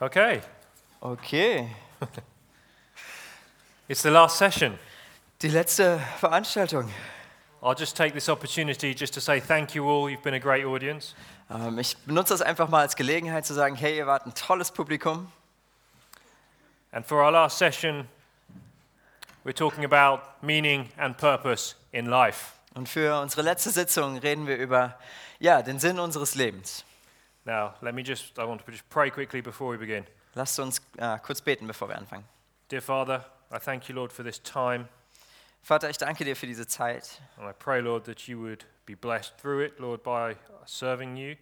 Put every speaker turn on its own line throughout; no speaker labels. Okay,
Okay,
it's the last session.
die letzte Veranstaltung.
I'll just take this opportunity just to say thank you all. You've been a great audience.
Ähm, Ich benutze das einfach mal als Gelegenheit zu sagen, hey, ihr wart ein tolles Publikum.
And for our last session, we're talking about meaning and purpose in life.
Und für unsere letzte Sitzung reden wir über ja, den Sinn unseres Lebens.
Now, let me just, I want to just pray quickly before we begin.
Lasst uns äh, kurz beten, bevor wir anfangen.
Dear Father, I thank you, Lord, for this time.
Vater, ich danke dir für diese Zeit.
And I pray, Lord, that you would be blessed through it, Lord, by serving you.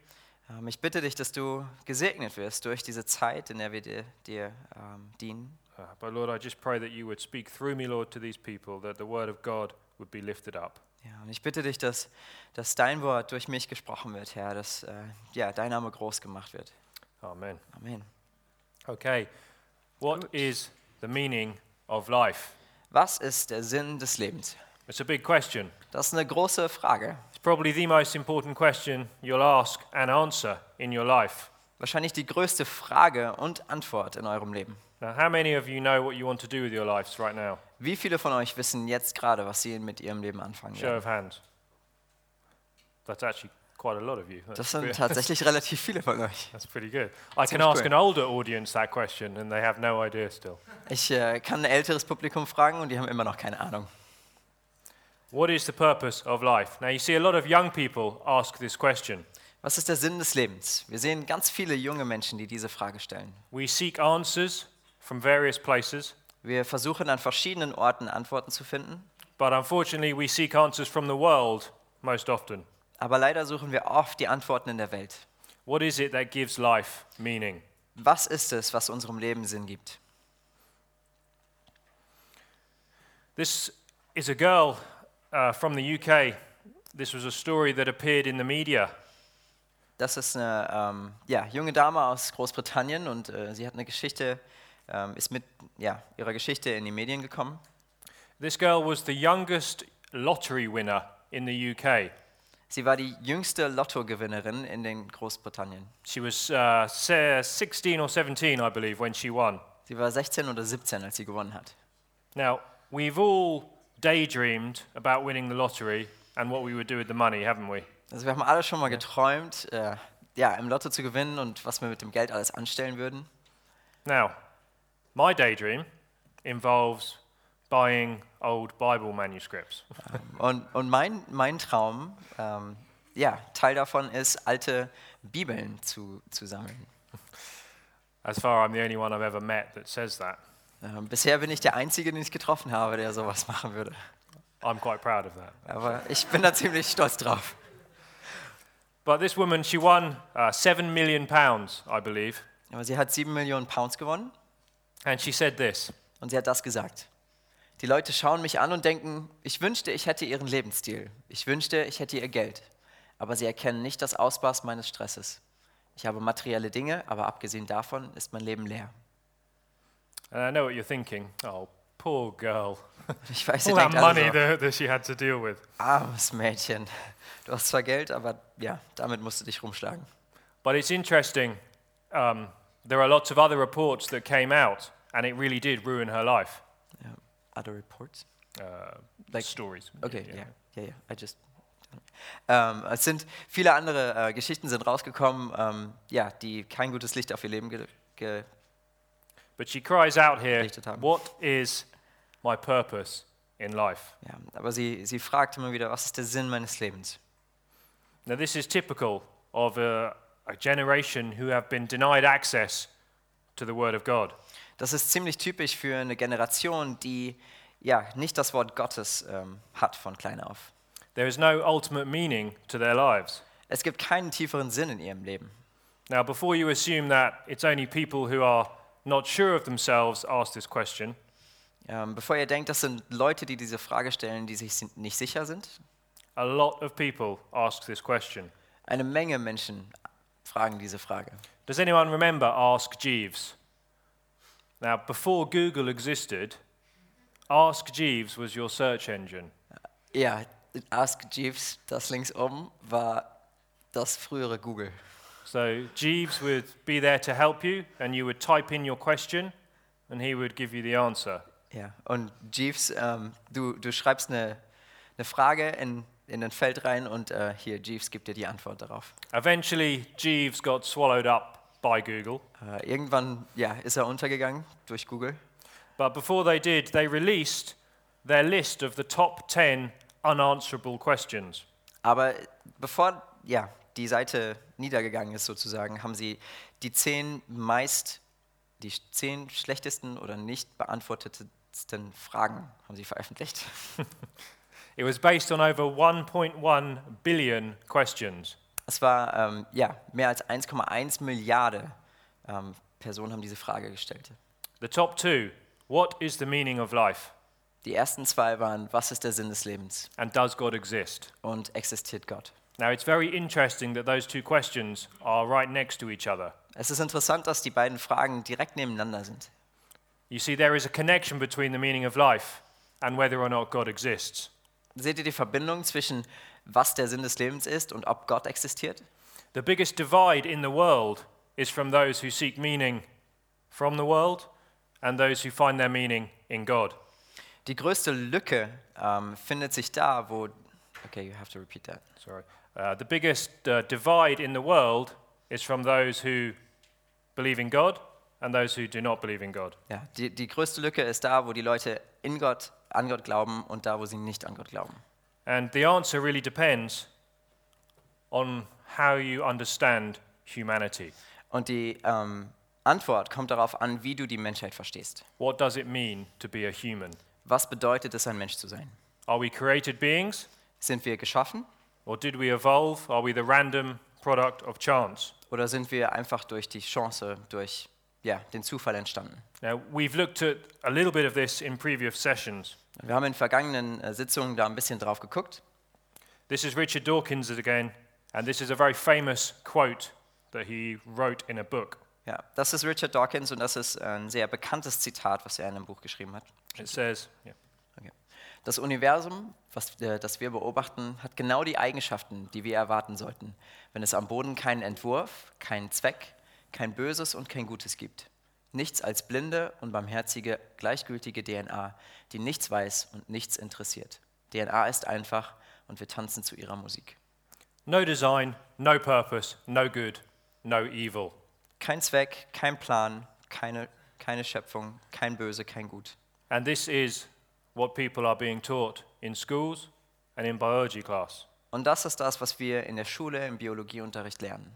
Ähm, Ich bitte dich, dass du gesegnet wirst durch diese Zeit, in der wir dir, dir ähm, dienen.
Uh, but, Lord, I just pray that you would speak through me, Lord, to these people, that the word of God would be lifted up.
Ja, und ich bitte dich, dass, dass dein Wort durch mich gesprochen wird, Herr, dass äh, ja, dein Name groß gemacht wird.
Amen.
Amen.
Okay, what is the meaning of life?
Was ist der Sinn des Lebens?
It's a big question.
Das ist eine große Frage.
It's probably the most important question you'll ask and answer in your life.
Wahrscheinlich die größte Frage und Antwort in eurem Leben.
Now, how many of you know what you want to do with your lives right now?
Wie viele von euch wissen jetzt gerade, was sie mit ihrem Leben anfangen
Show
werden?
of hands. That's actually quite a lot of you.
Das
That's,
sind
pre-
tatsächlich relativ viele von euch.
that's pretty good. I can
Seems
ask an
great.
older audience that question and they have no idea still.
Ich äh, kann ein älteres Publikum fragen und die haben immer noch keine Ahnung.
What is the purpose of life? Now, you see a lot of young people ask this question.
Was ist der Sinn des Lebens? Wir sehen ganz viele junge Menschen, die diese Frage stellen.
We seek answers from various places.
Wir versuchen an verschiedenen Orten Antworten zu finden,
But unfortunately, we seek answers from the world most often.
aber leider suchen wir oft die Antworten in der Welt.
What is it that gives life meaning?
Was ist es, was unserem Leben Sinn gibt?
This is a girl uh, from the UK. This was a story that appeared in the media.
Das ist eine ähm, ja, junge Dame aus Großbritannien und äh, sie hat eine Geschichte, ähm, ist mit ja, ihrer Geschichte in die Medien gekommen.
This girl was the youngest lottery winner in the UK.
Sie war die jüngste Lottogewinnerin in den Großbritannien.
She was uh, se- 16 or 17, I believe, when she won.
Sie war 16 oder 17, als sie gewonnen hat.
Now, we've all daydreamed about winning the lottery and what we would do with the money, haven't we?
Also wir haben alle schon mal geträumt, äh, ja, im Lotto zu gewinnen und was wir mit dem Geld alles anstellen würden.
Now, my daydream involves buying old Bible manuscripts.
Und, und mein, mein Traum, ähm, ja, Teil davon ist, alte Bibeln zu, zu sammeln.
As far I'm the only one I've ever met that says that.
Ähm, bisher bin ich der Einzige, den ich getroffen habe, der sowas machen würde.
I'm quite proud of that.
Aber ich bin da ziemlich stolz drauf.
But this woman, she won uh, seven million pounds, I believe,
Aber sie hat 7 Millionen Pounds gewonnen
and she said this:
und sie hat das gesagt. Die Leute schauen mich an und denken, ich wünschte, ich hätte ihren Lebensstil. Ich wünschte, ich hätte ihr Geld. Aber sie erkennen nicht das Ausmaß meines Stresses. Ich habe materielle Dinge, aber abgesehen davon ist mein Leben leer.
And I know what you're thinking. Oh, poor girl.
Ich weiß, sie
All that
denkt
money ne?
also,
that, that she had to deal with.
armes Mädchen. Du hast zwar Geld, aber ja, damit musst du dich rumschlagen.
But it's interesting. Um, there are lots of other reports that came out, and it really did ruin her life.
Ja. Other reports?
Uh,
Like-
stories.
Okay,
Yeah.
ja, ja, ja. I just. Ähm, es sind viele andere äh, Geschichten sind rausgekommen, ähm, ja, die kein gutes Licht auf ihr Leben ge ge
But she cries out here,
Richtet haben.
What is my purpose in life?
ja, aber sie, sie fragt immer wieder, was ist der Sinn meines Lebens?
Now, this is typical of a, a generation who have been denied access to the Word of God.
Das ist ziemlich typisch für eine Generation, die ja nicht das Wort Gottes ähm, hat von klein auf.
There is no ultimate meaning to their lives.
Es gibt keinen tieferen Sinn in ihrem Leben.
Now, before you assume that it's only people who are not sure of themselves ask this question,
Ähm, bevor ihr denkt, das sind Leute, die diese Frage stellen, die sich sin- nicht sicher sind.
a lot of people ask this question.
Eine Menge Menschen fragen diese Frage.
Does anyone remember Ask Jeeves? Now, before Google existed, Ask Jeeves was your search engine.
Ja, Ask Jeeves, das links oben, war das frühere Google.
So Jeeves would be there to help you, and you would type in your question, and he would give you the answer.
Ja, und Jeeves, ähm, du, du schreibst eine, eine Frage in, in ein Feld rein und äh, hier, Jeeves gibt dir die Antwort darauf.
Eventually, Jeeves got swallowed up by Google.
Äh, irgendwann, ja, ist er untergegangen durch Google.
But before they did, they released their list of the top 10 unanswerable questions.
Aber bevor, ja, die Seite niedergegangen ist sozusagen, haben sie die zehn meist, die zehn schlechtesten oder nicht beantwortetsten Fragen haben sie veröffentlicht.
It was based on over 1.1 billion questions.
Es war ähm, ja, mehr als 1,1 Milliarde ähm, Personen haben diese Frage gestellt.
The top two What is the meaning of life?
Die ersten zwei waren, was ist der Sinn des Lebens
And does God exist?
und existiert Gott?
Now, it's very interesting that those two questions are right next to each other.
Es ist interessant, dass die beiden Fragen direkt nebeneinander sind.
You see, there is a connection between the meaning of life and whether or not God exists.
Seht ihr die Verbindung zwischen, was der Sinn des Lebens ist und ob Gott existiert?
The biggest divide in the world is from those who seek meaning from the world and those who find their meaning in God.
Die größte Lücke ähm, findet sich da, wo. Okay, you have to repeat that.
Sorry. Uh, the biggest uh, divide in the world is from those who believe in God and those who do not believe in God.
Ja, die, die größte Lücke ist da, wo die Leute in Gott, an Gott glauben und da, wo sie nicht an Gott glauben.
And the answer really depends on how you understand humanity.
Und die ähm, Antwort kommt darauf an, wie du die Menschheit verstehst.
What does it mean to be a human?
Was bedeutet es, ein Mensch zu sein?
Are we created beings
Sind wir geschaffen
or did we evolve? Are we the random product of chance?
oder sind wir einfach durch die Chance, durch ja, den Zufall entstanden?
Now, we've looked at a little bit of this in previous sessions.
Wir haben in vergangenen äh, Sitzungen da ein bisschen drauf geguckt.
This is Richard Dawkins again, and this is a very famous quote that he wrote in a book.
Ja, das ist Richard Dawkins und das ist ein sehr bekanntes Zitat, was er in einem Buch geschrieben hat.
It says, yeah.
Okay. Das Universum, was, äh, das wir beobachten, hat genau die Eigenschaften, die wir erwarten sollten, wenn es am Boden keinen Entwurf, keinen Zweck, kein Böses und kein Gutes gibt. Nichts als blinde und barmherzige, gleichgültige DNA, die nichts weiß und nichts interessiert. DNA ist einfach und wir tanzen zu ihrer Musik.
No design, no purpose, no good, no evil.
Kein Zweck, kein Plan, keine, keine Schöpfung, kein Böse, kein Gut.
And this is what people are being taught in schools and in biology class.
Und das ist das, was wir in der Schule im Biologieunterricht lernen.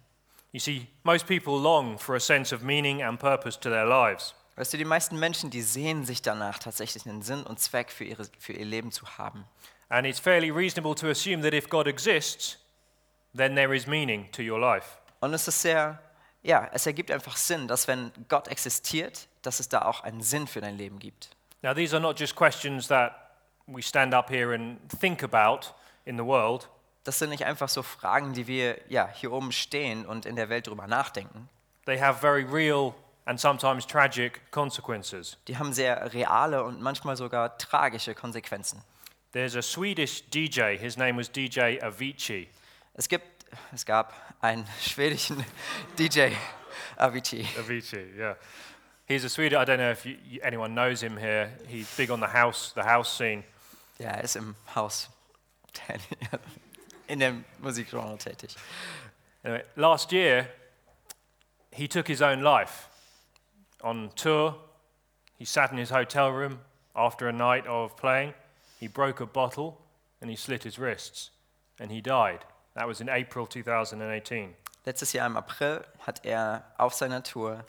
You see, most people long for a sense of meaning and purpose to their lives.
Weißt du, die meisten Menschen, die sehen sich danach, tatsächlich einen Sinn und Zweck für, ihre, für ihr Leben zu haben.
And it's fairly reasonable to assume that if God exists, then there is meaning to your life.
Und es ist sehr, ja, es ergibt einfach Sinn, dass wenn Gott existiert, dass es da auch einen Sinn für dein Leben gibt.
Now, these are not just questions that we stand up here and think about in the world.
Das sind nicht einfach so Fragen, die wir ja, hier oben stehen und in der Welt drüber nachdenken.
They have very real and sometimes tragic consequences.
Die haben sehr reale und manchmal sogar tragische Konsequenzen.
There's a Swedish DJ, his name was DJ Avicii.
Es gibt, es gab einen schwedischen DJ, Avicii.
Avicii, yeah. He's a Swede. I don't know if you, you- anyone knows him here. He's big on the house, the house scene.
Ja, er ist im Haus in der Musikgenre tätig.
Anyway, last year, he took his own life on tour. He sat in his hotel room after a night of playing. He broke a bottle and he slit his wrists and he died. That was in April 2018.
Letztes Jahr im April hat er auf seiner Tour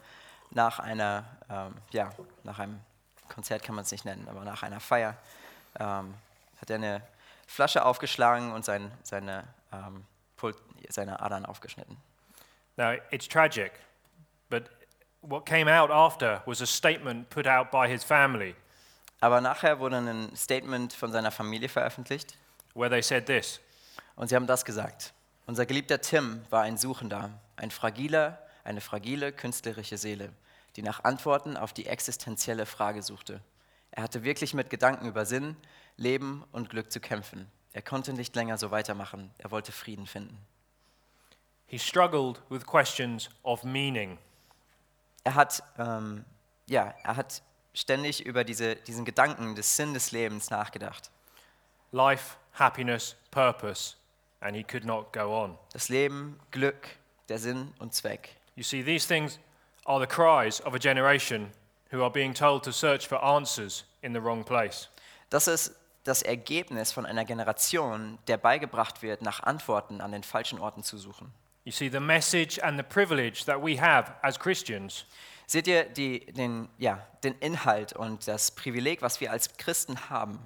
nach einer, ähm, ja, nach einem Konzert kann man es nicht nennen, aber nach einer Feier ähm, hat er eine Flasche aufgeschlagen und sein, seine, ähm, Pul- seine Adern aufgeschnitten.
Now, it's tragic, but what came out after was a statement put out by his family
Aber nachher wurde ein Statement von seiner Familie veröffentlicht
where they said this
und sie haben das gesagt. Unser geliebter Tim war ein Suchender, ein fragiler, eine fragile künstlerische Seele, die nach Antworten auf die existenzielle Frage suchte. Er hatte wirklich mit Gedanken über Sinn, Leben und Glück zu kämpfen. Er konnte nicht länger so weitermachen. Er wollte Frieden finden.
He struggled with questions of meaning.
Er hat, ähm, ja, er hat ständig über diese, diesen Gedanken des Sinn des Lebens nachgedacht.
life, happiness, purpose, and he could not go on.
Das Leben, Glück, der Sinn und Zweck.
You see, these things are the cries of a generation who are being told to search for answers in the wrong place.
Das ist das Ergebnis von einer Generation, der beigebracht wird, nach Antworten an den falschen Orten zu suchen.
You see, the message and the privilege that we have as Christians
Seht ihr die, den, ja, den Inhalt und das Privileg, was wir als Christen haben,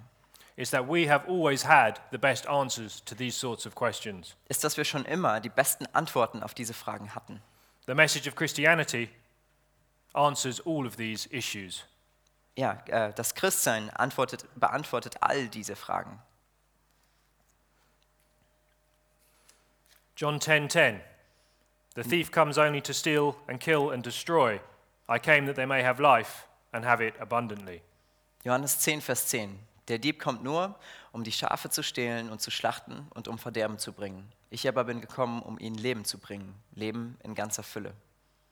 is that we have always had the best answers to these sorts of questions.
ist, dass wir schon immer die besten Antworten auf diese Fragen hatten.
The message of Christianity answers all of these issues.
Ja, äh, das Christsein antwortet, beantwortet all diese Fragen.
John 10:10 The thief comes only to steal and kill and destroy. I came that they may have life and have it abundantly.
Johannes 10, Vers 10. Der Dieb kommt nur, um die Schafe zu stehlen und zu schlachten und um Verderben zu bringen. Ich aber bin gekommen, um ihnen Leben zu bringen, Leben in ganzer Fülle.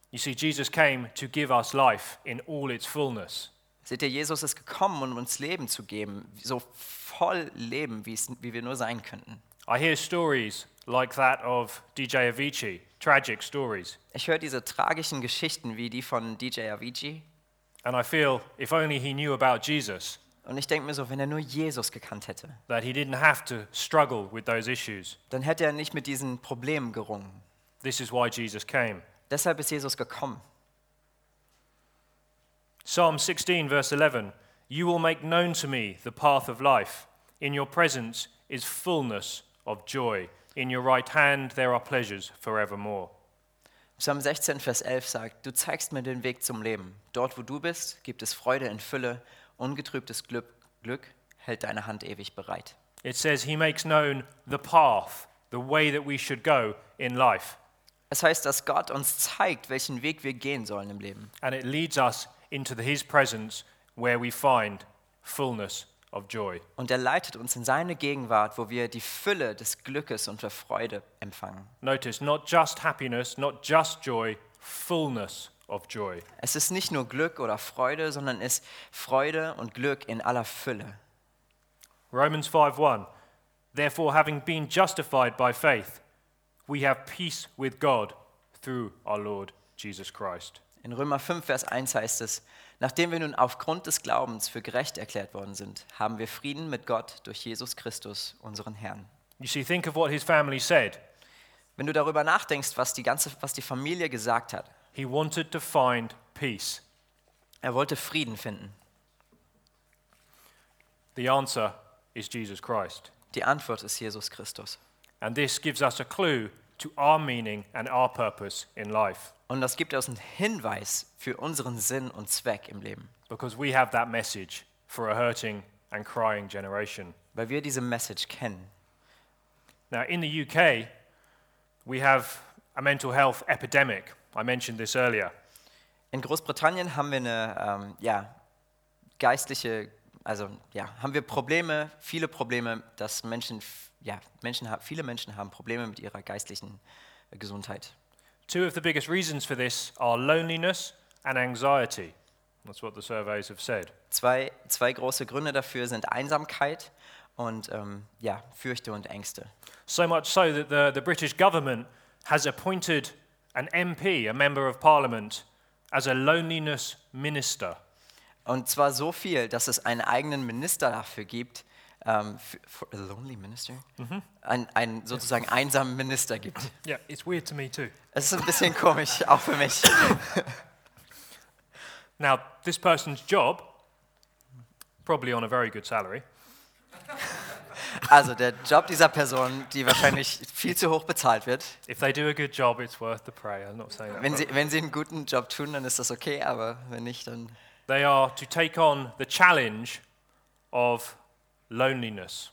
You see, Jesus came to give us life in all its fullness.
Seht ihr, Jesus ist gekommen, um uns Leben zu geben, so voll Leben, wie, es, wie wir nur sein könnten.
I hear stories like that of DJ Avicii, tragic stories,
Ich höre diese tragischen Geschichten wie die von DJ Avicii
and I feel if only he knew about Jesus,
und ich denke mir so, wenn er nur Jesus gekannt hätte,
that he didn't have to struggle with those issues.
dann hätte er nicht mit diesen Problemen gerungen.
This is why Jesus came.
Deshalb ist Jesus gekommen.
Psalm 16, verse 11 You will make known to me the path of life. In your presence is fullness of joy. In your right hand there are pleasures forevermore.
Psalm 16, Vers 11 sagt, du zeigst mir den Weg zum Leben. Dort, wo du bist, gibt es Freude in Fülle, ungetrübtes Glück, Glück hält deine Hand ewig bereit.
It says he makes known the path, the way that we should go in life,
Es heißt, dass Gott uns zeigt, welchen Weg wir gehen sollen im Leben.
and it leads us into the- his presence where we find fullness of joy.
Und er leitet uns in seine Gegenwart, wo wir die Fülle des Glückes und der Freude empfangen.
Notice not just happiness, not just joy, fullness of joy.
Es ist nicht nur Glück oder Freude, sondern es ist Freude und Glück in aller Fülle.
Romans 5:1 Therefore having been justified by faith we have peace with God through our Lord Jesus Christ.
In Römer 5, Vers 1 heißt es, nachdem wir nun aufgrund des Glaubens für gerecht erklärt worden sind, haben wir Frieden mit Gott durch Jesus Christus, unseren Herrn.
You see think of what his family said.
Wenn du darüber nachdenkst, was die, ganze, was die Familie gesagt hat,
He wanted to find peace.
er wollte Frieden finden.
The answer is Jesus Christ.
Die Antwort ist Jesus Christus.
And this gives us a clue to our meaning and our purpose in life
Und das gibt uns einen Hinweis für unseren Sinn und Zweck im Leben,
because we have that message for a hurting and crying generation.
weil wir diese Message kennen.
Now, in the UK, we have a mental health epidemic. I mentioned this earlier.
In Großbritannien haben wir eine ähm, ja, geistliche, also ja, haben wir Probleme, viele Probleme, dass Menschen, f- ja, Menschen, ha- viele Menschen haben Probleme mit ihrer geistlichen äh, Gesundheit.
Two of the biggest reasons for this are loneliness and anxiety. That's what the surveys have said.
Zwei, zwei große Gründe dafür sind Einsamkeit und ähm, ja, Fürchte und Ängste.
So much so that the, the British government has appointed an MP, a member of parliament, as a loneliness minister.
Und zwar so viel, dass es einen eigenen Minister dafür gibt, ähm, für, for a lonely minister, ein, einen sozusagen einsamen Minister gibt.
Yeah, it's weird to me too.
Es ist ein bisschen komisch, auch für mich.
Now, this person's job, probably on a very good salary,
Also der Job dieser Person, die wahrscheinlich viel zu hoch bezahlt wird.
if they do a good job, it's worth the pay. I'm not saying that.
Wenn sie, wenn sie einen guten Job tun, dann ist das okay, aber wenn nicht, dann...
They are to take on the challenge of loneliness.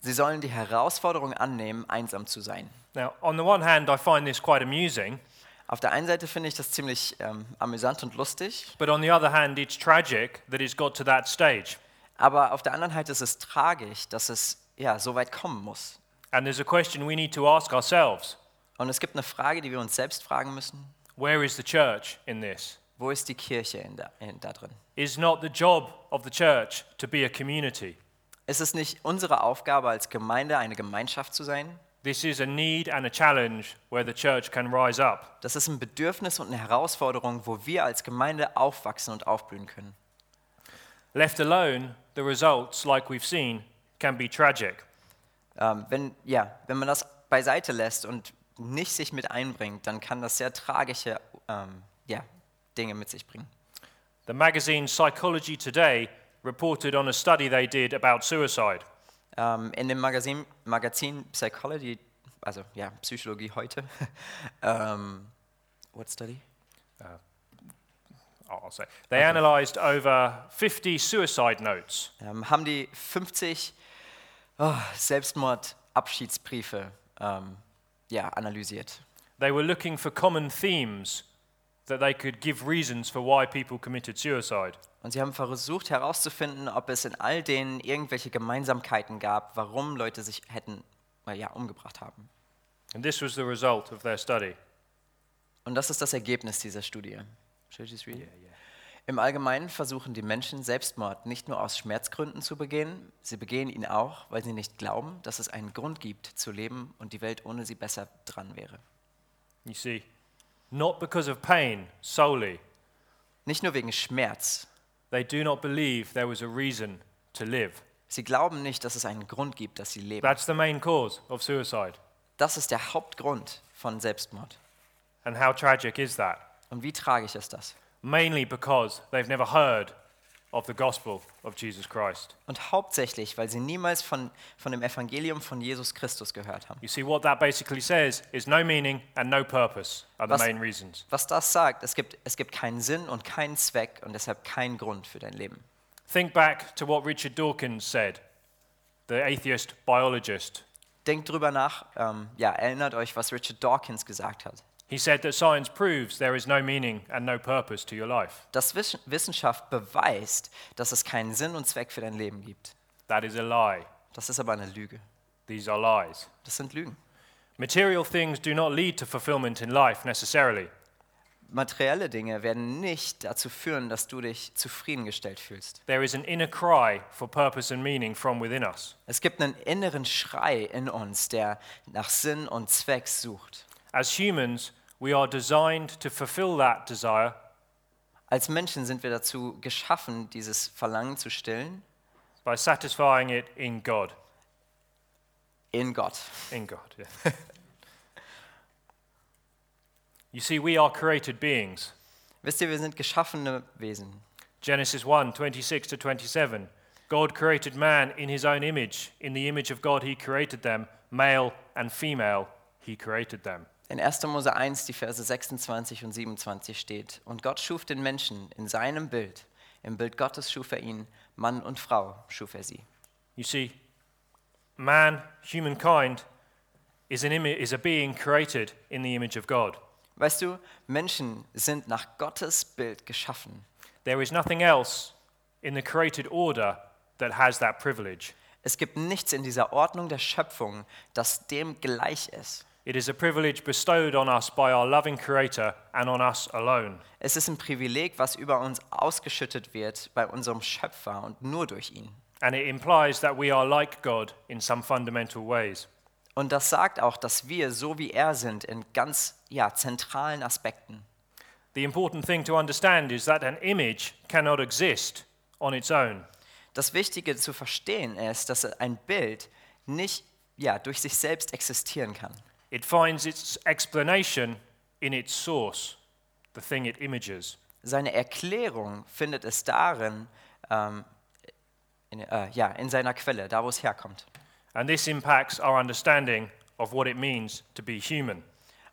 Sie sollen die Herausforderung annehmen, einsam zu sein.
Now, on the one hand, I find this quite amusing,
Auf der einen Seite finde ich das ziemlich ähm, amüsant und lustig,
but on the other hand, it's tragic that it's got to that stage.
aber auf der anderen Seite ist es tragisch, dass es ja, so weit kommen muss.
And there's a question we need to ask ourselves
Und es gibt eine Frage, die wir uns selbst fragen müssen.
Where is the church in this?
Wo ist die Kirche in da, in, da drin?
Is not the job of the church to be a community.
Ist es nicht unsere Aufgabe als Gemeinde, eine Gemeinschaft zu sein?
This is a need and a challenge where the church can rise up.
Das ist ein Bedürfnis und eine Herausforderung, wo wir als Gemeinde aufwachsen und aufblühen können.
Left alone, the results, like we've seen, can be tragic.
Ähm, wenn, ja, wenn man das beiseite lässt und nicht sich mit einbringt, dann kann das sehr tragische ähm, ja, Dinge mit sich bringen.
The magazine Psychology Today reported on a study they did about suicide.
Ähm, in dem Magazin, Magazin Psychology, also ja, Psychologie heute, ähm, what study?
Oh, I'll say. They analysed over 50 suicide notes
Ähm, haben die 50 oh, Selbstmordabschiedsbriefe ähm, ja, analysiert.
They were looking for common themes that they could give reasons for why people committed suicide.
Und sie haben versucht herauszufinden, ob es in all denen irgendwelche Gemeinsamkeiten gab, warum Leute sich hätten äh, ja, umgebracht haben.
And this was the result of their study.
Und das ist das Ergebnis dieser Studie. Should I just read it? Im Allgemeinen versuchen die Menschen Selbstmord nicht nur aus Schmerzgründen zu begehen, sie begehen ihn auch, weil sie nicht glauben, dass es einen Grund gibt zu leben und die Welt ohne sie besser dran wäre.
You see, not because of pain solely,
Nicht nur wegen Schmerz.
they do not believe there was a reason to live.
Sie glauben nicht, dass es einen Grund gibt, dass sie leben.
That's the main cause of suicide.
Das ist der Hauptgrund von Selbstmord.
And how tragic is that?
Und wie tragisch ist das?
Mainly because they've never heard of the gospel of Jesus Christ.
Und hauptsächlich, weil sie niemals von, von dem Evangelium von Jesus Christus gehört haben.
You see, what that basically says is no meaning and no purpose are the
Was-
main reasons.
Was das sagt, es gibt, es gibt keinen Sinn und keinen Zweck und deshalb keinen Grund für dein Leben.
Think back to what Richard Dawkins said, the atheist biologist.
Denkt drüber nach, ähm, ja, erinnert euch, was Richard Dawkins gesagt hat.
He said that science proves there is no meaning and no purpose to your life.
Dass Wiss Wissenschaft beweist, dass es keinen Sinn und Zweck für dein Leben gibt.
That is a lie.
Das ist aber eine Lüge.
These are lies.
Das sind Lügen.
Material things do not lead to fulfillment in life necessarily.
Materielle Dinge werden nicht dazu führen, dass du dich zufriedengestellt fühlst.
There is an inner cry for purpose and meaning from within us.
Es gibt einen inneren Schrei in uns, der nach Sinn und Zweck sucht.
As humans, we are designed to fulfill that desire
Als Menschen sind wir dazu geschaffen, dieses Verlangen zu stillen
by satisfying it in God.
in Gott.
In God, yeah. you see, we are created beings.
Wisst ihr, wir sind geschaffene Wesen.
Genesis 1 26 to 27. God created man in his own image. In the image of God, he created them. Male and female, he created them.
In 1. Mose 1, die Verse 26 und 27 steht, und Gott schuf den Menschen in seinem Bild. Im Bild Gottes schuf er ihn, Mann und Frau schuf er sie.
You see, man, humankind, is, an imi- is a being created in the image of God.
Weißt du, Menschen sind nach Gottes Bild geschaffen.
There is nothing else in the created order that has that privilege.
Es gibt nichts in dieser Ordnung der Schöpfung, das dem gleich ist.
It is a privilege bestowed on us by our loving Creator and on us alone.
Es ist ein Privileg, was über uns ausgeschüttet wird bei unserem Schöpfer und nur durch ihn.
And it implies that we are like God in some fundamental ways.
Und das sagt auch, dass wir so wie er sind in ganz ja, zentralen Aspekten.
The important thing to understand is that an image cannot exist on its own.
Das Wichtige zu verstehen ist, dass ein Bild nicht ja, durch sich selbst existieren kann.
It finds its explanation in its source, the thing it images.
Seine Erklärung findet es darin, ähm, in, äh, ja, in seiner Quelle, da wo es herkommt.
And this impacts our understanding of what it means to be human.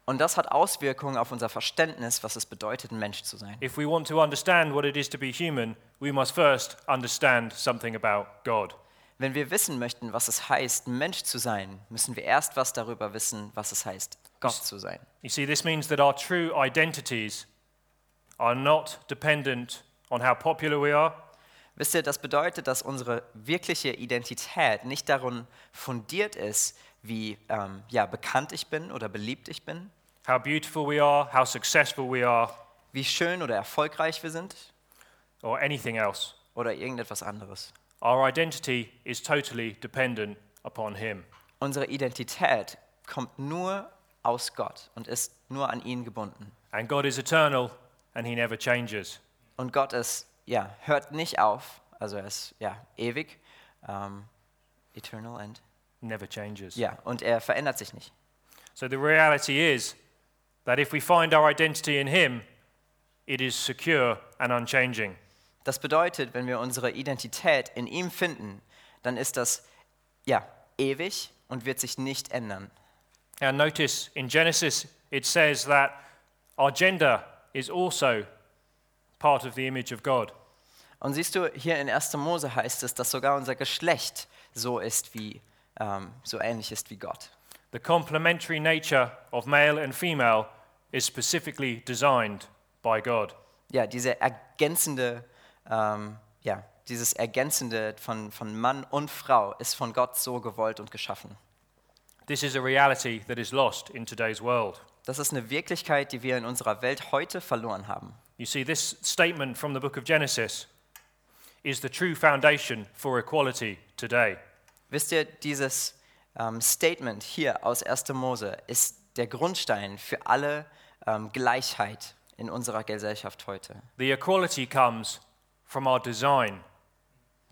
Und das hat Auswirkungen auf unser Verständnis, was es bedeutet, ein Mensch zu sein.
If we want to understand what it is to be human, we must first understand something about God.
Wenn wir wissen möchten, was es heißt, ein Mensch zu sein, müssen wir erst was darüber wissen, was es heißt, Gott zu sein.
You see, this means that our true identities are not dependent on how popular we are,
Wisst ihr, das bedeutet, dass unsere wirkliche Identität nicht darin fundiert ist, wie ähm, ja, bekannt ich bin oder beliebt ich bin,
how beautiful we are, how successful we are,
wie schön oder erfolgreich wir sind
or anything else.
oder irgendetwas anderes.
Our identity is totally dependent upon Him.
Unsere Identität kommt nur aus Gott und ist nur an ihn gebunden.
And God is eternal and He never changes.
Und Gott ist, ja, hört nicht auf, also er ist, ja, ewig, ähm, eternal and,
Never changes.
ja, und er verändert sich nicht.
So the reality is that if we find our identity in Him, it is secure and unchanging.
Das bedeutet, wenn wir unsere Identität in ihm finden, dann ist das, ja, ewig und wird sich nicht ändern.
Now, notice in Genesis it says that our gender is also part of the image of God.
Und siehst du, hier in 1. Mose heißt es, dass sogar unser Geschlecht so ist wie, ähm, so ähnlich ist wie Gott.
The complementary nature of male and female is specifically designed by God.
ja, diese ergänzende, ähm, ja, dieses ergänzende von, von Mann und Frau ist von Gott so gewollt und geschaffen.
This is a reality that is lost in today's world.
Das ist eine Wirklichkeit, die wir in unserer Welt heute verloren haben.
You see, this statement from the book of Genesis is the true foundation for equality today.
Wisst ihr, dieses ähm, Statement hier aus 1. Mose ist der Grundstein für alle ähm, Gleichheit in unserer Gesellschaft heute.
The equality comes from our design,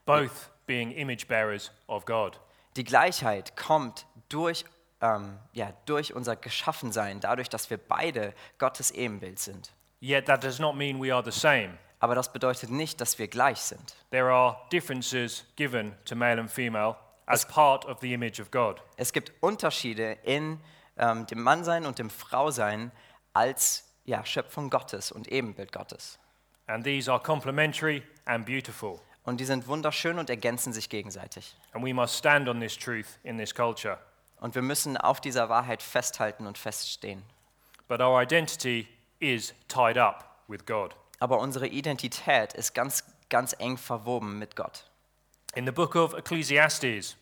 both being image bearers of God.
Die Gleichheit kommt durch, ähm, ja, durch unser Geschaffensein, dadurch, dass wir beide Gottes Ebenbild sind.
Yet that does not mean we are the same.
Aber das bedeutet nicht, dass wir gleich sind.
There are differences given to male and female as part of the image of God.
Es gibt Unterschiede in ähm, dem Mannsein und dem Frausein als ja, Schöpfung Gottes und Ebenbild Gottes.
And these are complementary and beautiful.
Und die sind wunderschön und ergänzen sich gegenseitig.
And we must stand on this truth in this culture.
Und wir müssen auf dieser Wahrheit festhalten und feststehen.
But our identity is tied up with God.
Aber unsere Identität ist ganz, ganz eng verwoben mit Gott.
In the book of Ecclesiastes,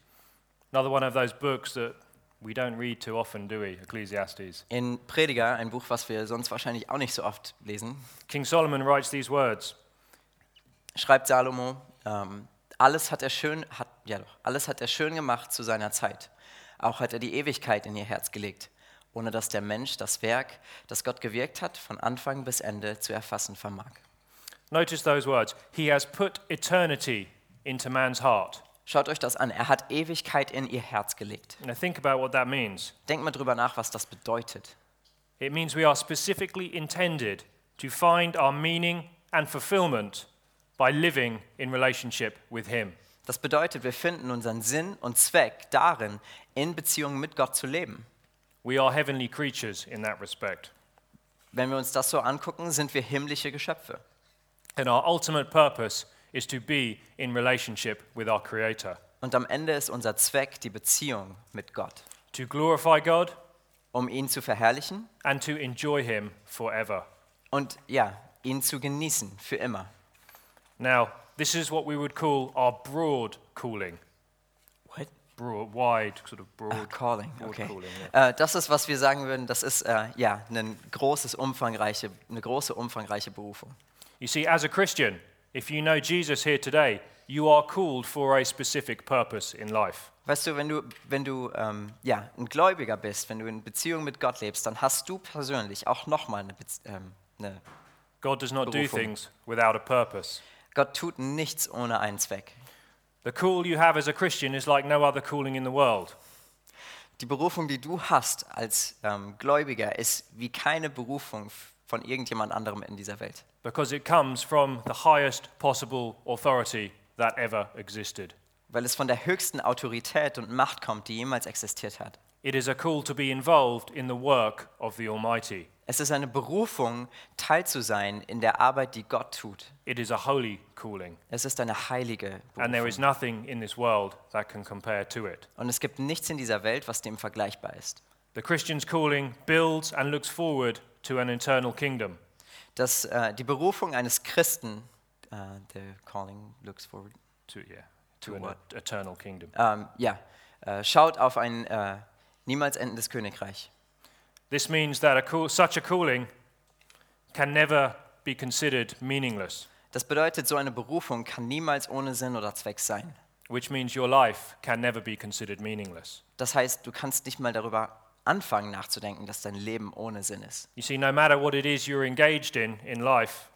another one of those books that we don't read too often, do we? Ecclesiastes.
In Prediger, ein Buch, was wir sonst wahrscheinlich auch nicht so oft lesen,
King Solomon writes these words.
schreibt Salomo, ähm, alles hat er schön, hat, ja doch, alles hat er schön gemacht zu seiner Zeit. Auch hat er die Ewigkeit in ihr Herz gelegt, ohne dass der Mensch das Werk, das Gott gewirkt hat, von Anfang bis Ende zu erfassen vermag.
Notice those words. He has put eternity into man's heart.
Schaut euch das an, er hat Ewigkeit in ihr Herz gelegt.
Now think about what that means.
Denkt mal drüber nach, was das bedeutet.
It means we are specifically intended to find our meaning and fulfillment by living in relationship with Him.
Das bedeutet, wir finden unseren Sinn und Zweck darin, in Beziehung mit Gott zu leben.
We are heavenly creatures in that respect.
Wenn wir uns das so angucken, sind wir himmlische Geschöpfe.
And our ultimate purpose is to be in relationship with our Creator,
Und am Ende ist unser Zweck die Beziehung mit Gott.
to glorify God
um ihn zu verherrlichen
and to enjoy Him forever.
und ja, ihn zu genießen für immer.
Now, this is what we would call our broad calling.
What?
Broad, wide, sort of broad.
Ah, calling,
broad
okay.
calling, yeah.
Äh, das ist, was wir sagen würden, das ist äh, ja ein großes, umfangreiche, eine große, umfangreiche Berufung.
You see, as a Christian, if you know Jesus here today, you are called for a specific purpose in life.
Weißt du, wenn du, wenn du ähm, ja, ein Gläubiger bist, wenn du in Beziehung mit Gott lebst, dann hast du persönlich auch nochmal eine, Bez- ähm, eine...
God does not do
Berufung.
things without a purpose.
Gott tut nichts ohne einen Zweck.
The call you have as a Christian is like no other calling in the world.
Die Berufung, die du hast als ähm, Gläubiger, ist wie keine Berufung f- von irgendjemand anderem in dieser Welt.
because it comes from the highest possible authority that ever existed.
weil es von der höchsten Autorität und Macht kommt, die jemals existiert hat.
It is a call to be involved in the work of the Almighty.
Es ist eine Berufung, Teil zu sein in der Arbeit, die Gott tut.
It is a holy calling,
Es ist eine heilige
and there
Berufung.
is nothing in this world that can compare to it.
Und es gibt nichts in dieser Welt, was dem vergleichbar ist.
The Christian's calling builds and looks forward to an eternal kingdom.
Das, äh, die Berufung eines Christen uh, the calling looks forward.
to yeah
To
to an e-,
what?
eternal kingdom.
Ähm, ja, äh, schaut auf ein äh, niemals endendes Königreich.
This means that a call, such a calling can never be considered meaningless,
Das bedeutet, so eine Berufung kann niemals ohne Sinn oder Zweck sein.
which means your life can never be considered meaningless.
Das heißt, du kannst nicht mal darüber anfangen nachzudenken, dass dein Leben ohne Sinn ist.
You see, no matter what it is you're engaged in in life,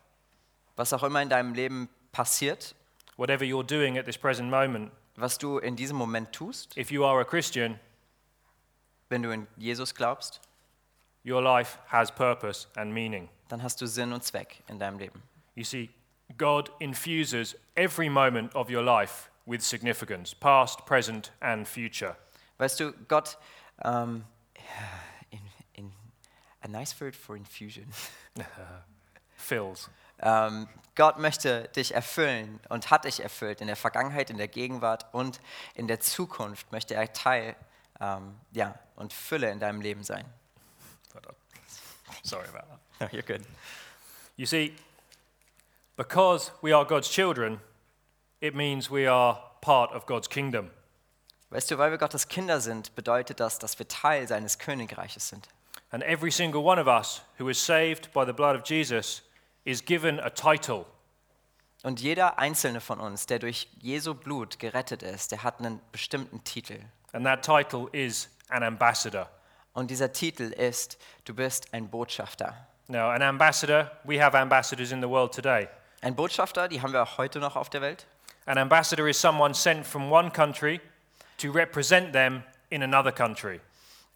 Was auch immer in deinem Leben passiert,
whatever you're doing at this present moment,
was du in diesem Moment tust,
if you are a Christian,
wenn du in Jesus glaubst,
your life has purpose and meaning.
dann hast du Sinn und Zweck in deinem Leben.
You see, God infuses every moment of your life with significance, past, present, and future.
Weißt du, Gott, ähm, in, in, a nice word for infusion.
Fills.
Ähm, Gott möchte dich erfüllen und hat dich erfüllt in der Vergangenheit, in der Gegenwart und in der Zukunft möchte er Teil ähm, ja, und Fülle in deinem Leben sein.
Sorry about that.
No, you're good.
You see, because we are God's children, it means we are part of God's kingdom.
Weißt du, weil wir Gottes Kinder sind, bedeutet das, dass wir Teil seines Königreiches sind.
And every single one of us who is saved by the blood of Jesus is given a title.
Und jeder einzelne von uns, der durch Jesu Blut gerettet ist, der hat einen bestimmten Titel.
And that title is an ambassador.
Und dieser Titel ist, du bist ein Botschafter.
Now, an ambassador, we have ambassadors in the world today.
Ein Botschafter, die haben wir auch heute noch auf der Welt.
An ambassador is someone sent from one country to represent them in another country.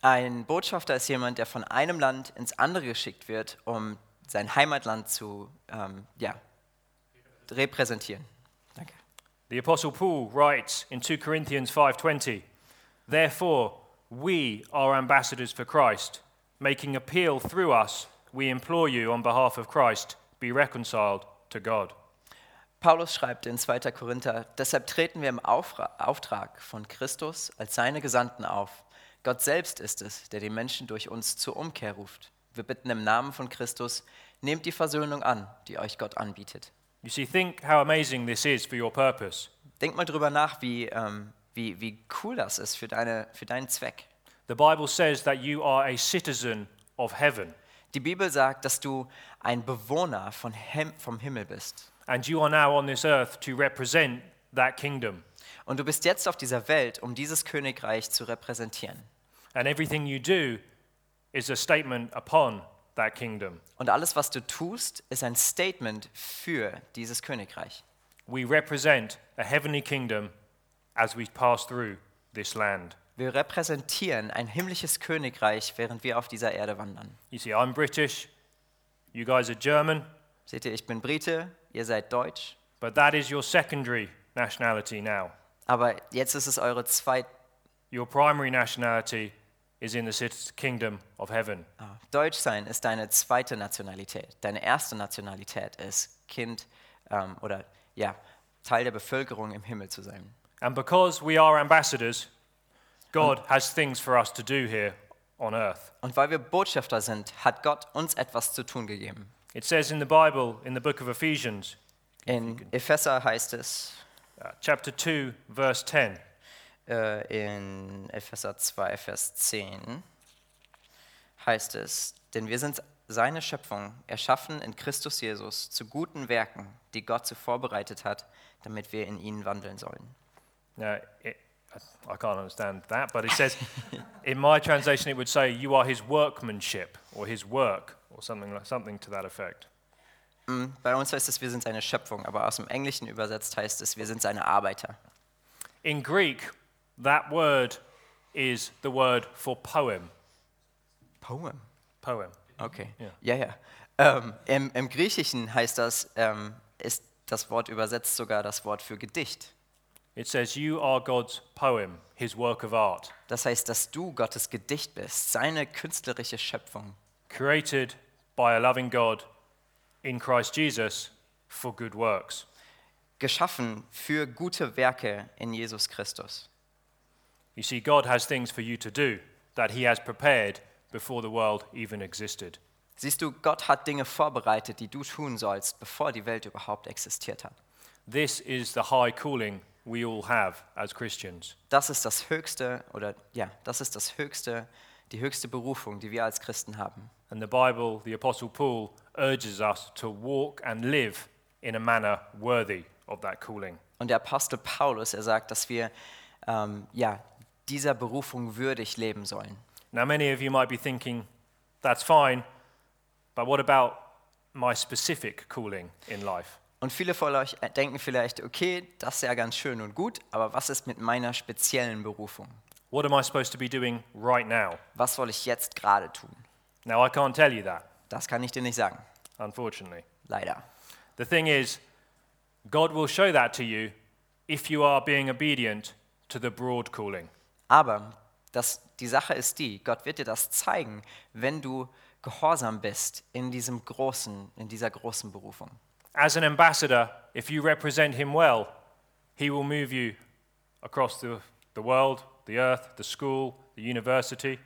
Ein Botschafter ist jemand, der von einem Land ins andere geschickt wird, um sein Heimatland zu ähm, ja, repräsentieren. Danke.
The apostle Paul writes in 2 Corinthians 5:20, "Therefore we are ambassadors for Christ, making appeal through us, we implore you on behalf of Christ, be reconciled to God."
Paulus schreibt in 2. Korinther, deshalb treten wir im Aufra Auftrag von Christus als seine Gesandten auf. Gott selbst ist es, der die Menschen durch uns zur Umkehr ruft. Wir bitten im Namen von Christus, nehmt die Versöhnung an, die euch Gott anbietet.
You see, think how amazing this is for your purpose.
Denk mal drüber nach, wie, ähm, wie, wie cool das ist für, deine, für deinen Zweck.
The Bible says that you are a citizen of heaven,
Die Bibel sagt, dass du ein Bewohner von Hem vom Himmel bist.
and you are now on this earth to represent that kingdom.
Und du bist jetzt auf dieser Welt, um dieses Königreich zu repräsentieren.
And everything you do is a statement upon that kingdom.
Und alles, was du tust, ist ein Statement für dieses Königreich.
We represent a heavenly kingdom as we pass through this land.
Wir repräsentieren ein himmlisches Königreich, während wir auf dieser Erde wandern.
You see, I'm British, you guys are German,
Seht ihr, ich bin Brite, ihr seid Deutsch,
but that is your secondary nationality now.
aber jetzt ist es eure zweit.
Your primary nationality is in the cit- kingdom of heaven.
Ah, Deutsch sein ist deine zweite Nationalität. Deine erste Nationalität ist Kind ähm, oder ja, Teil der Bevölkerung im Himmel zu sein.
And because we are ambassadors, God has things for us to do here on earth.
Und weil wir Botschafter sind, hat Gott uns etwas zu tun gegeben.
It says in the Bible, in the book of Ephesians,
In Epheser heißt es,
uh, chapter 2, verse 10.
äh, in Epheser 2, Vers 10, heißt es, denn wir sind seine Schöpfung, erschaffen in Christus Jesus zu guten Werken, die Gott so vorbereitet hat, damit wir in ihnen wandeln sollen.
Now, it, I- I can't understand that, but it says, in my translation, it would say, "You are his workmanship, or his work, or something like something to that effect."
Mm, Bei uns heißt es, wir sind seine Schöpfung, aber aus dem Englischen übersetzt heißt es, wir sind seine Arbeiter.
In Greek, that word is the word for poem.
Poem.
Poem.
Okay.
Ja.
Ja, ja. Ähm, im, Im Griechischen heißt das, ähm, ist das Wort übersetzt sogar das Wort für Gedicht.
It says, "You are God's poem, His work of art,
Das heißt, dass du Gottes Gedicht bist, seine künstlerische Schöpfung,
created by a loving God in Christ Jesus for good works."
geschaffen für gute Werke in Jesus Christus.
You see, God has things for you to do that He has prepared before the world even existed.
Siehst du, Gott hat Dinge vorbereitet, die du tun sollst, bevor die Welt überhaupt existiert hat.
This is the high calling we all have as Christians.
Das ist das höchste oder ja, das ist das höchste, die höchste Berufung, die wir als Christen haben.
And the Bible, the Apostle Paul urges us to walk and live in a manner worthy of that calling.
Und der Apostel Paulus, er sagt, dass wir ähm, ja, dieser Berufung würdig leben sollen.
Now, many of you might be thinking, that's fine, but what about my specific calling in life?
Und viele von euch denken vielleicht, okay, das ist ja ganz schön und gut, aber was ist mit meiner speziellen Berufung?
What am I supposed to be doing right now?
Was soll ich jetzt gerade tun?
Now, I can't tell you that,
Das kann ich dir nicht sagen,
unfortunately.
leider.
The thing is, God will show that to you if you are being obedient to the broad calling.
Aber das, die Sache ist die, Gott wird dir das zeigen, wenn du gehorsam bist in diesem großen, in dieser großen Berufung.
As an ambassador, if you represent him well, he will move you across the, the world, the earth, the school, the university.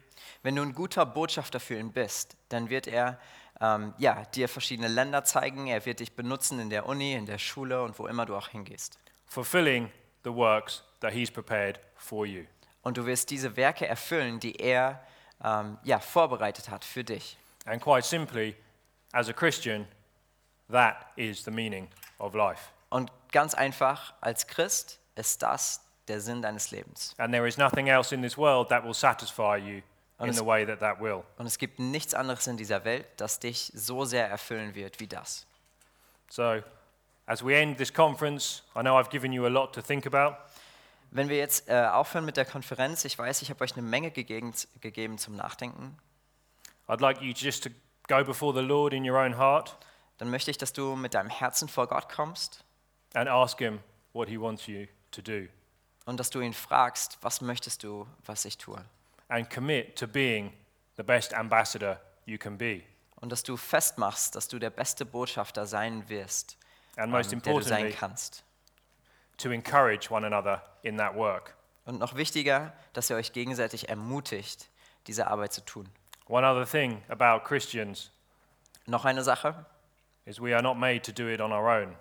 Wenn du ein guter Botschafter für ihn bist, dann wird er ähm, ja, dir verschiedene Länder zeigen, er wird dich benutzen in der Uni, in der Schule und wo immer du auch hingehst.
fulfilling the works that he's prepared for you.
Und du wirst diese Werke erfüllen, die er ähm, ja, vorbereitet hat für dich.
And quite simply, as a Christian, that is the meaning of life.
Und ganz einfach, als Christ ist das der Sinn deines Lebens.
And there is nothing else in this world that will satisfy you in
it's-
the way that that will.
Und es gibt nichts anderes in dieser Welt, das dich so sehr erfüllen wird wie das.
So, as we end this conference, I know I've given you a lot to think about,
Wenn wir jetzt äh, aufhören mit der Konferenz, ich weiß, ich habe euch eine Menge gegeben, gegeben zum Nachdenken,
I'd like you just to go before the Lord in your own heart
dann möchte ich, dass du mit deinem Herzen vor Gott kommst
and ask him what he wants you to do
und dass du ihn fragst, was möchtest du, was ich tue?
and commit to being the best ambassador you can be.
Und dass du festmachst, dass du der beste Botschafter sein wirst,
And
ähm,
most
der du sein
importantly,
kannst.
to encourage one another in that work.
Und noch wichtiger, dass ihr euch gegenseitig ermutigt, diese Arbeit zu tun.
One other thing about Christians
Noch eine Sache,
is we are not made to do it on our own.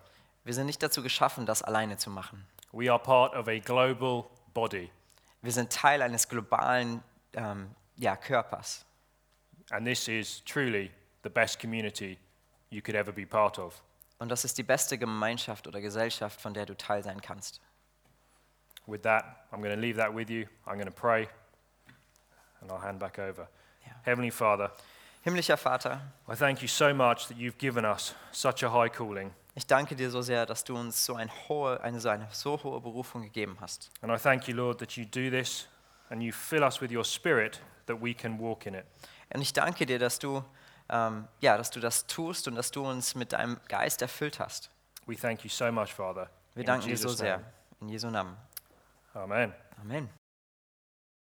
wir sind nicht dazu geschaffen, das alleine zu machen.
We are part of a global body,
Wir sind Teil eines globalen ähm, ja, Körpers.
and this is truly the best community you could ever be part of.
Und das ist die beste Gemeinschaft oder Gesellschaft, von der du Teil sein kannst.
With that, I'm going to leave that with you. I'm going to pray, and I'll hand back over.
Yeah.
Heavenly Father,
Himmlischer Vater,
I thank you so much that you've given us such a high calling,
ich danke dir so sehr, dass du uns so, ein hohe, eine, so eine so hohe Berufung gegeben hast.
and I thank you, Lord, that you do this and you fill us with your spirit that we can walk in it.
Und ich danke dir, dass du, ähm, ja, dass du das tust und dass du uns mit deinem Geist erfüllt hast.
We thank you so much, Father.
Wir
In
danken dir so
Jesus'
sehr.
name.
In Jesu Namen.
Amen.
Amen.